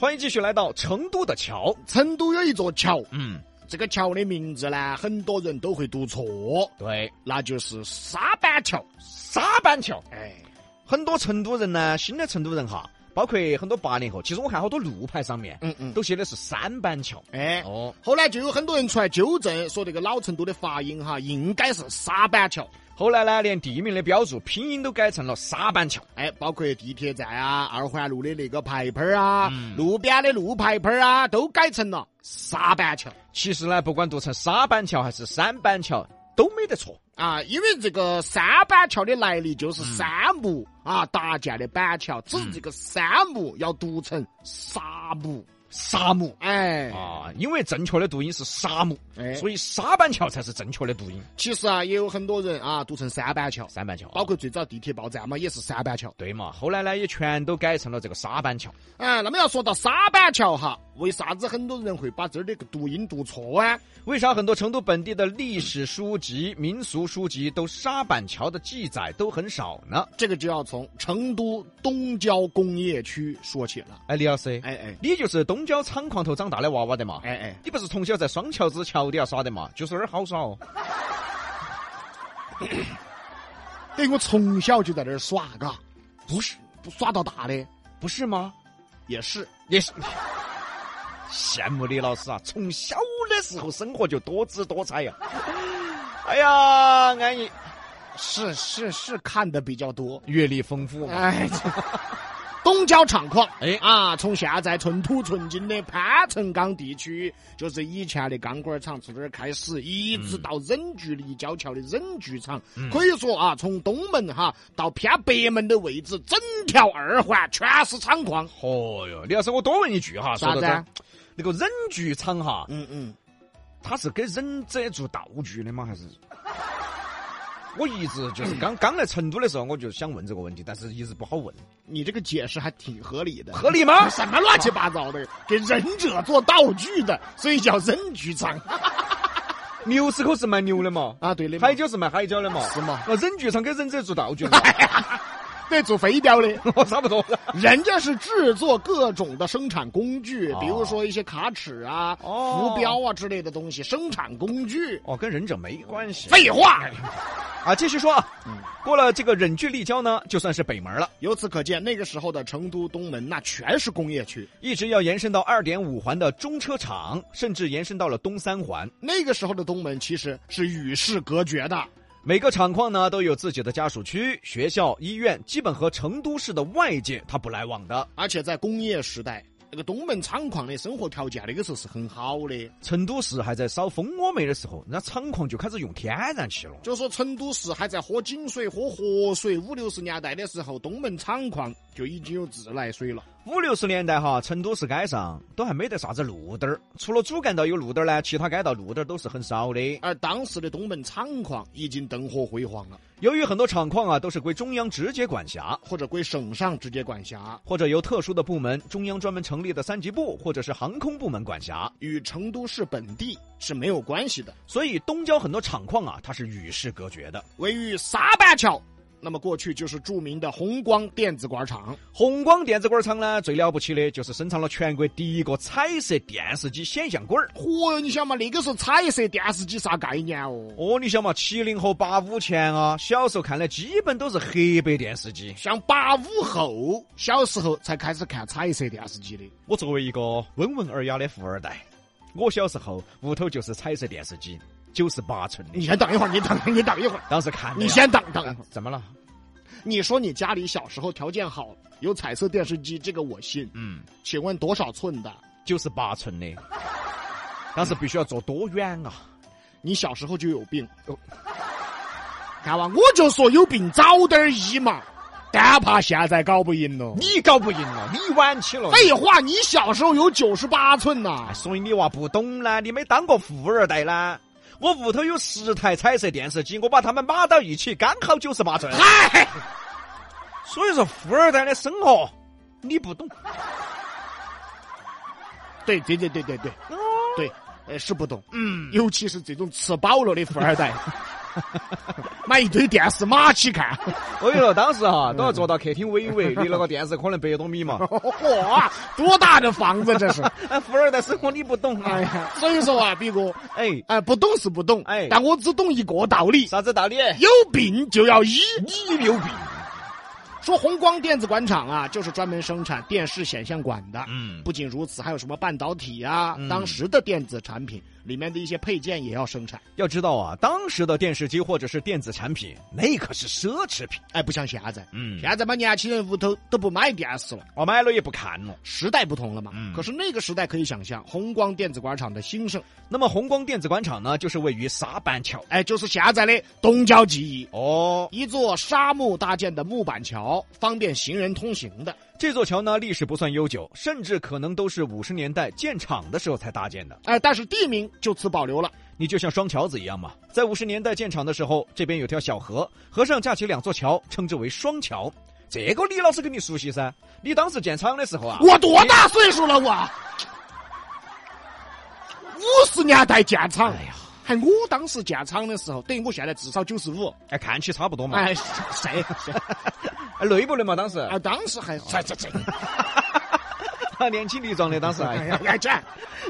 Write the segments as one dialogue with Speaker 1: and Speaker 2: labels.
Speaker 1: 欢迎继续来到成都的桥。
Speaker 2: 成都有一座桥，
Speaker 1: 嗯，
Speaker 2: 这个桥的名字呢，很多人都会读错，
Speaker 1: 对，
Speaker 2: 那就是沙板桥。
Speaker 1: 沙板桥。
Speaker 2: 哎，
Speaker 1: 很多成都人呢，新的成都人哈，包括很多八零后，其实我看好多路牌上面，
Speaker 2: 嗯嗯，
Speaker 1: 都写的是三板桥。
Speaker 2: 哎，
Speaker 1: 哦，
Speaker 2: 后来就有很多人出来纠正，说这个老成都的发音哈，应该是沙板桥。
Speaker 1: 后来呢，连地名的标注拼音都改成了沙板桥。
Speaker 2: 哎，包括地铁站啊、二环路的那个牌牌儿啊、路边的路牌牌儿啊，都改成了沙板桥
Speaker 1: 其实呢，不管读成沙板桥还是三板桥，都没得错。
Speaker 2: 啊。因为这个三板桥的来历就是杉木、啊搭建的板桥，只是这个杉木要读成沙木。
Speaker 1: 沙漠
Speaker 2: 哎，
Speaker 1: 啊，因为正确的读音是沙漠，
Speaker 2: 哎
Speaker 1: 所以沙板桥才是正确的读音。
Speaker 2: 其实啊，也有很多人啊读成三板桥，
Speaker 1: 三板桥，
Speaker 2: 包括最早地铁报站嘛，也是三板桥。
Speaker 1: 对嘛？后来呢，也全都改成了这个沙板桥。
Speaker 2: 哎，那么要说到沙板桥哈，为啥子很多人会把这儿的个读音读错啊？
Speaker 1: 为啥很多成都本地的历史书籍、民俗书籍都沙板桥的记载都很少呢？
Speaker 2: 这个就要从成都东郊工业区说起了。
Speaker 1: 哎，李老师，
Speaker 2: 哎哎
Speaker 1: 你就是东郊厂矿头长大的娃娃的嘛？
Speaker 2: 哎哎，
Speaker 1: 你不是从小在双桥子桥底下耍的嘛？就是那儿好耍哦。
Speaker 2: 对哎我从小就在那儿耍，嘎，
Speaker 1: 不是，
Speaker 2: 不耍到大的
Speaker 1: 不是吗？
Speaker 2: 也是。
Speaker 1: 也是，羡慕李老师啊！从小的时候生活就多姿多彩呀、哎呀，安逸，
Speaker 2: 是是是，看的比较多。
Speaker 1: 阅历丰富嘛。
Speaker 2: 哎，东郊厂矿，
Speaker 1: 哎
Speaker 2: 哎啊，从现在寸土寸金的潘城港地区，就是以前的钢管厂从这儿开始，一直到忍具立交桥的忍具厂，可以说啊，从东门哈到偏北门的位置，整条二环全是厂矿。
Speaker 1: 哦哟，李老师，我多问一句哈，说
Speaker 2: 啥
Speaker 1: 到
Speaker 2: 子
Speaker 1: 这
Speaker 2: 啊
Speaker 1: 儿，那个忍具厂哈，
Speaker 2: 嗯嗯，
Speaker 1: 它是给忍者做道具的吗？还是？我一直就是刚刚来成都的时候，我就想问这个问题，但是一直不好问，
Speaker 2: 你这个解释还挺合理啊的。
Speaker 1: 合理吗？
Speaker 2: 什么乱七八糟的，给忍者做道具的，所以叫忍具厂
Speaker 1: 牛市口是卖牛的嘛，
Speaker 2: 啊。对的嘛，
Speaker 1: 海椒是卖海椒的嘛，
Speaker 2: 是嘛
Speaker 1: 那忍具厂给忍者做道具的嘛，
Speaker 2: 对做飞镖的。
Speaker 1: 我差不多了。
Speaker 2: 人家是制作各种的生产工具，
Speaker 1: 哦
Speaker 2: 比如说一些卡尺啊、
Speaker 1: 哦
Speaker 2: 浮标啊之类的东西，生产工具。
Speaker 1: 哦，跟忍者没关系。
Speaker 2: 废话。
Speaker 1: 啊，继续说啊，过了这个忍具立交呢，就算是北门了，
Speaker 2: 由此可见，那个时候的成都东门那全是工业区。
Speaker 1: 一直要延伸到二点五环的中车厂，甚至延伸到了东三环。
Speaker 2: 那个时候的东门其实是与世隔绝的。
Speaker 1: 每个厂矿呢都有自己的家属区、学校、医院，基本和成都市的外界它不来往的。
Speaker 2: 而且在工业时代，那个东门厂矿的生活条件那个时候是很好的。
Speaker 1: 成都市还在烧蜂窝煤的时候，那厂矿就开始用天然气了。
Speaker 2: 就说成都市还在喝井水、喝河水，五六十年代的时候，东门厂矿就已经有自来水了。
Speaker 1: 五六十年代哈，成都市街上都还没得啥子路灯儿，除了主干道有路灯儿呢，其他街道路灯儿都是很少的。
Speaker 2: 而当时的东门厂矿已经灯火辉煌了，
Speaker 1: 由于很多厂矿啊都是归中央直接管辖，
Speaker 2: 或者归省上直接管辖，
Speaker 1: 或者由特殊的部门，中央专门成立的三级部或者是航空部门管辖。
Speaker 2: 与成都市本地是没有关系的。
Speaker 1: 所以东郊很多厂矿啊，它是与世隔绝的。
Speaker 2: 位于沙板桥，那么过去就是著名的红光电子管厂。
Speaker 1: 红光电子管厂呢，最了不起的就是生产了全国第一个彩色电视机显像管儿。
Speaker 2: 嚯哟，你想嘛，那个时候彩色电视机啥概念哦？
Speaker 1: 哦，你想嘛，七零后八五前啊，小时候看的基本都是黑白电视机。
Speaker 2: 像八五后小时候才开始看彩色电视机的，
Speaker 1: 我作为一个温文尔雅的富二代，我小时候屋头就是彩色电视机，九十八寸的
Speaker 2: 你，先等一会儿，你等，你等一会儿，
Speaker 1: 当时看的呀
Speaker 2: 你先等等一会儿。
Speaker 1: 怎么了？
Speaker 2: 你说你家里小时候条件好，有彩色电视机，这个我信。
Speaker 1: 嗯，
Speaker 2: 请问多少寸的？
Speaker 1: 九十八寸 的，当时必须要坐多远啊？
Speaker 2: 你小时候就有病
Speaker 1: 哦。
Speaker 2: 看哇，我就说有病早点儿医嘛，单怕现在搞不赢了。
Speaker 1: 你搞不赢了，你晚起了。
Speaker 2: 废话，你小时候有九十八寸呐、
Speaker 1: 哎，所以你娃不懂呢，你没当过富二代呢。我屋头有十台彩色电视机，我把它们码到一起，刚好九十八寸。
Speaker 2: 嗨，
Speaker 1: 所以说，富二代的生活你不懂。
Speaker 2: 对对对对对对对，呃是不懂，嗯，尤其是这种吃饱了的富二代， 买一堆电视码起看，
Speaker 1: 我跟你说，哎当时哈都要坐到客厅尾围，离那个电视可能百多米嘛。
Speaker 2: 哇，多大的房子这是！
Speaker 1: 哎，富二代生活你不懂
Speaker 2: 哎
Speaker 1: 啊！
Speaker 2: 呀，所以说啊，毕哥，
Speaker 1: 哎，
Speaker 2: 哎，不懂是不懂，
Speaker 1: 哎
Speaker 2: 但我只懂一个道理：
Speaker 1: 啥子道理？
Speaker 2: 有病就要医。
Speaker 1: 你有病！
Speaker 2: 说红光电子广场啊，就是专门生产电视显像管的。
Speaker 1: 嗯，
Speaker 2: 不仅如此，还有什么半导体啊，
Speaker 1: 嗯
Speaker 2: 当时的电子产品里面的一些配件也要生产。
Speaker 1: 要知道啊，当时的电视机或者是电子产品，那可是奢侈品。
Speaker 2: 哎，不像现在，
Speaker 1: 嗯
Speaker 2: 现在嘛，年轻人屋头都不买电视了，
Speaker 1: 我买了也不看了。
Speaker 2: 时代不同了嘛。
Speaker 1: 嗯
Speaker 2: 可是那个时代可以想象红光电子广场的兴盛，
Speaker 1: 那么红光电子广场呢，就是位于沙板桥。
Speaker 2: 哎，就是现在的东郊记忆。
Speaker 1: 哦，
Speaker 2: 一座沙漠搭建的木板桥，方便行人通行的。
Speaker 1: 这座桥呢，历史不算悠久，甚至可能都是五十年代建厂的时候才搭建的。
Speaker 2: 哎，但是地名就此保留了。
Speaker 1: 你就像双桥子一样嘛，在五十年代建厂的时候，这边有条小河，河上架起两座桥，称之为双桥。这个李老师跟你熟悉噻，你当时建厂的时候啊，
Speaker 2: 我多大岁数了我？五十年代建厂，
Speaker 1: 哎呀，
Speaker 2: 还我当时建厂的时候，等于我现在至少九十五。
Speaker 1: 哎，看起差不多嘛，
Speaker 2: 哎，谁谁？
Speaker 1: 哎累不累嘛？当时
Speaker 2: 啊，当时还这这这，
Speaker 1: 年轻力壮的，当时
Speaker 2: 哎
Speaker 1: 哎，
Speaker 2: 呀，哎这，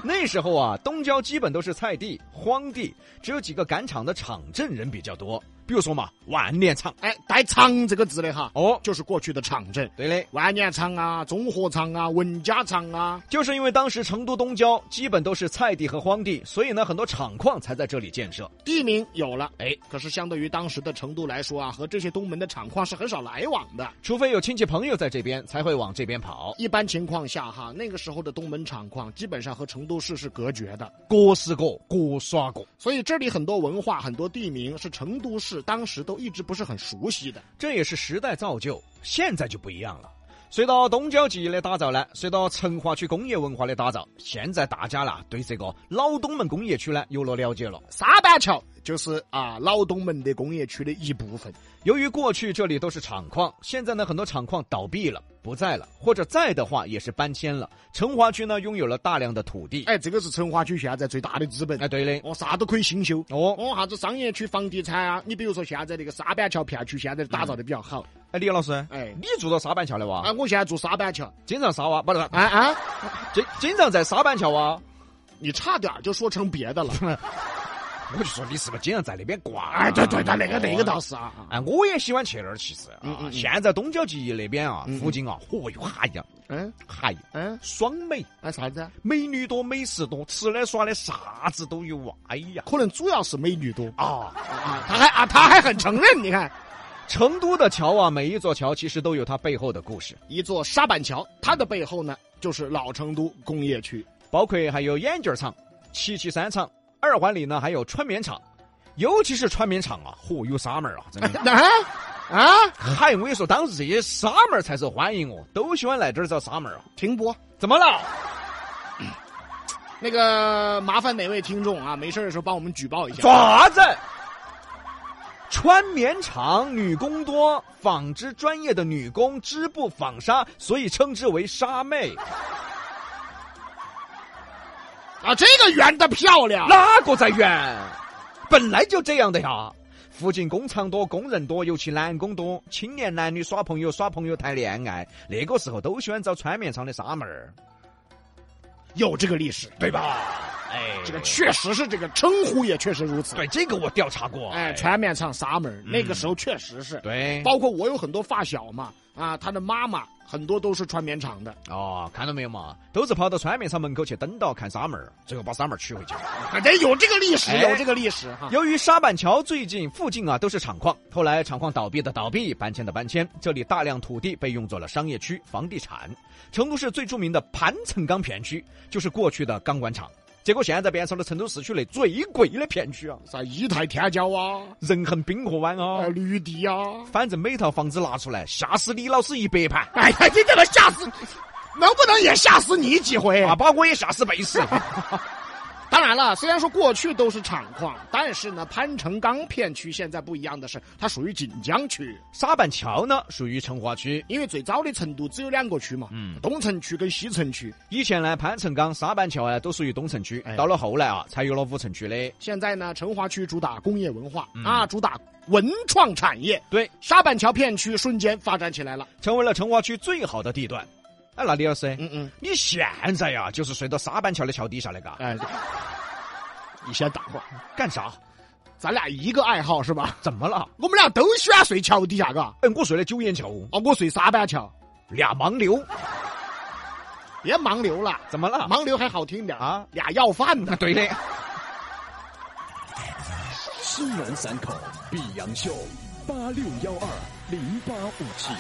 Speaker 1: 那时候啊，东郊基本都是菜地、荒地，只有几个赶场的场镇人比较多，比如说嘛，万年场。
Speaker 2: 哎，带“厂”这个字的哈，
Speaker 1: 哦，
Speaker 2: 就是过去的厂镇，
Speaker 1: 对嘞，
Speaker 2: 万年厂啊、中和厂啊、文家厂啊。
Speaker 1: 就是因为当时成都东郊基本都是菜地和荒地，所以呢，很多厂矿才在这里建设。
Speaker 2: 地名有了，
Speaker 1: 哎，
Speaker 2: 可是相对于当时的成都来说啊，和这些东门的厂矿是很少来往的。
Speaker 1: 除非有亲戚朋友在这边，才会往这边跑。
Speaker 2: 一般情况下哈，那个时候的东门厂矿基本上和成都市是隔绝的，
Speaker 1: 各是各，各耍各。
Speaker 2: 所以这里很多文化、很多地名是成都市当时都一直不是很熟悉的。
Speaker 1: 这也是时代造就，现在就不一样了。随到东郊记忆的打造呢，随到成华区工业文化的打造，现在大家啦对这个老东门工业区呢有了了解了。
Speaker 2: 沙板桥就是啊老东门的工业区的一部分。
Speaker 1: 由于过去这里都是厂矿，现在呢很多厂矿倒闭了，不在了，或者在的话也是搬迁了。成华区呢拥有了大量的土地，
Speaker 2: 哎，这个是成华区现在最大的资本
Speaker 1: 哎，。对嘞，
Speaker 2: 哦，啥都可以新修。
Speaker 1: 哦，
Speaker 2: 哦，啥子商业区、房地产啊，你比如说现在那个沙板桥片区，现在打造的比较好。
Speaker 1: 哎，李老师，
Speaker 2: 哎，
Speaker 1: 你住到沙板桥的哇
Speaker 2: 啊，？我现在住沙板桥。
Speaker 1: 经常沙哇，不是，
Speaker 2: 啊啊，
Speaker 1: 经经常在沙板桥啊？
Speaker 2: 你差点就说成别的 了。
Speaker 1: 我就说你是不是经常在那边逛？
Speaker 2: 哎，对对对，那个那个倒是啊。啊
Speaker 1: 哎，我也喜欢去那儿，其实啊，
Speaker 2: 嗯嗯嗯
Speaker 1: 现在东郊记忆那边啊，
Speaker 2: 嗯嗯
Speaker 1: 附近啊，嚯哟，嗨呀，
Speaker 2: 嗯
Speaker 1: 嗨呀，
Speaker 2: 嗯，
Speaker 1: 双美，
Speaker 2: 哎啥子啊？
Speaker 1: 美女多，美食多，吃的耍的啥子都有啊，哎呀，
Speaker 2: 可能主要是美女多。
Speaker 1: 啊，
Speaker 2: 啊，他还啊，他还很承认。你看，
Speaker 1: 成都的桥啊，每一座桥其实都有它背后的故事，
Speaker 2: 一座沙板桥，它的背后呢，就是老成都工业区。
Speaker 1: 包括还有眼镜儿厂、七七三厂，二环里呢还有川棉厂，尤其是川棉厂啊，嚯，有啥门儿啊，真 的。
Speaker 2: 啊啊，
Speaker 1: 嗨，我跟你说，当时这些沙门儿才受欢迎哦，都喜欢来这儿找沙门儿啊。
Speaker 2: 停播。
Speaker 1: 怎么了？
Speaker 2: 那个，麻烦哪位听众啊，没事的时候帮我们举报一下。
Speaker 1: 爪子？穿棉厂女工多，纺织专业的女工织布纺纱，所以称之为纱妹。
Speaker 2: 啊，这个圆的漂亮。
Speaker 1: 哪个在圆？本来就这样的呀。附近工厂多，工人多，尤其男工多，青年男女耍朋友，耍朋友谈恋爱，那个时候都喜欢找穿棉厂的纱妹儿，
Speaker 2: 有这个历史，
Speaker 1: 对吧？哎，
Speaker 2: 这个确实是这个称呼也确实如此。
Speaker 1: 对这个我调查过，
Speaker 2: 哎，全面唱沙门儿，那个时候确实是。
Speaker 1: 对
Speaker 2: 包括我有很多发小嘛，啊，他的妈妈很多都是穿棉厂的，
Speaker 1: 哦，看到没有嘛？都是跑到川面厂门口去等到看纱妹儿，最后把纱妹儿娶回去。
Speaker 2: 啊，得有这个历史，
Speaker 1: 哎
Speaker 2: 有这个历史哈。
Speaker 1: 由于沙板桥最近附近啊都是厂矿，后来厂矿倒闭的倒闭，搬迁的搬迁，这里大量土地被用作了商业区、房地产。成都市最著名的盘城钢片区就是过去的钢管厂，结果现在变成了成都市区内最贵的片区啊，
Speaker 2: 啥颐泰天骄啊，
Speaker 1: 仁恒滨河湾啊
Speaker 2: 呃，，绿地啊，
Speaker 1: 反正每套房子拿出来吓死李老师一百盘，
Speaker 2: 哎呀，你这个吓死，能不能也吓死你几回
Speaker 1: 啊，把我也吓死背死。
Speaker 2: 当然了，虽然说过去都是厂矿，但是呢，潘城钢片区现在不一样的是，它属于锦江区，
Speaker 1: 沙板桥呢属于成华区。
Speaker 2: 因为最早的成都只有两个区嘛，
Speaker 1: 嗯
Speaker 2: 东城区跟西城区。
Speaker 1: 以前呢，潘城岗、沙板桥呢都属于东城区，
Speaker 2: 哎
Speaker 1: 到了后来啊，才有了五城区的。
Speaker 2: 现在呢，成华区主打工业文化、啊，主打文创产业，
Speaker 1: 对，
Speaker 2: 沙板桥片区瞬间发展起来了。
Speaker 1: 成为了成华区最好的地段。哎，那李老师，
Speaker 2: 嗯嗯，
Speaker 1: 你现在呀、就是睡到沙板桥的桥底下那个，
Speaker 2: 哎，你先等会儿，
Speaker 1: 干啥？
Speaker 2: 咱俩一个爱好是吧？
Speaker 1: 怎么了？
Speaker 2: 我们俩都喜欢睡桥底下，嘎。
Speaker 1: 哎，我睡的九眼桥，
Speaker 2: 哦，我睡沙板桥，
Speaker 1: 俩盲流，
Speaker 2: 别盲流了，
Speaker 1: 怎么了？
Speaker 2: 盲流还好听点
Speaker 1: 啊
Speaker 2: 啊，俩要饭的。
Speaker 1: 对的，
Speaker 3: 西南三口碧阳秀八六幺二零八五七。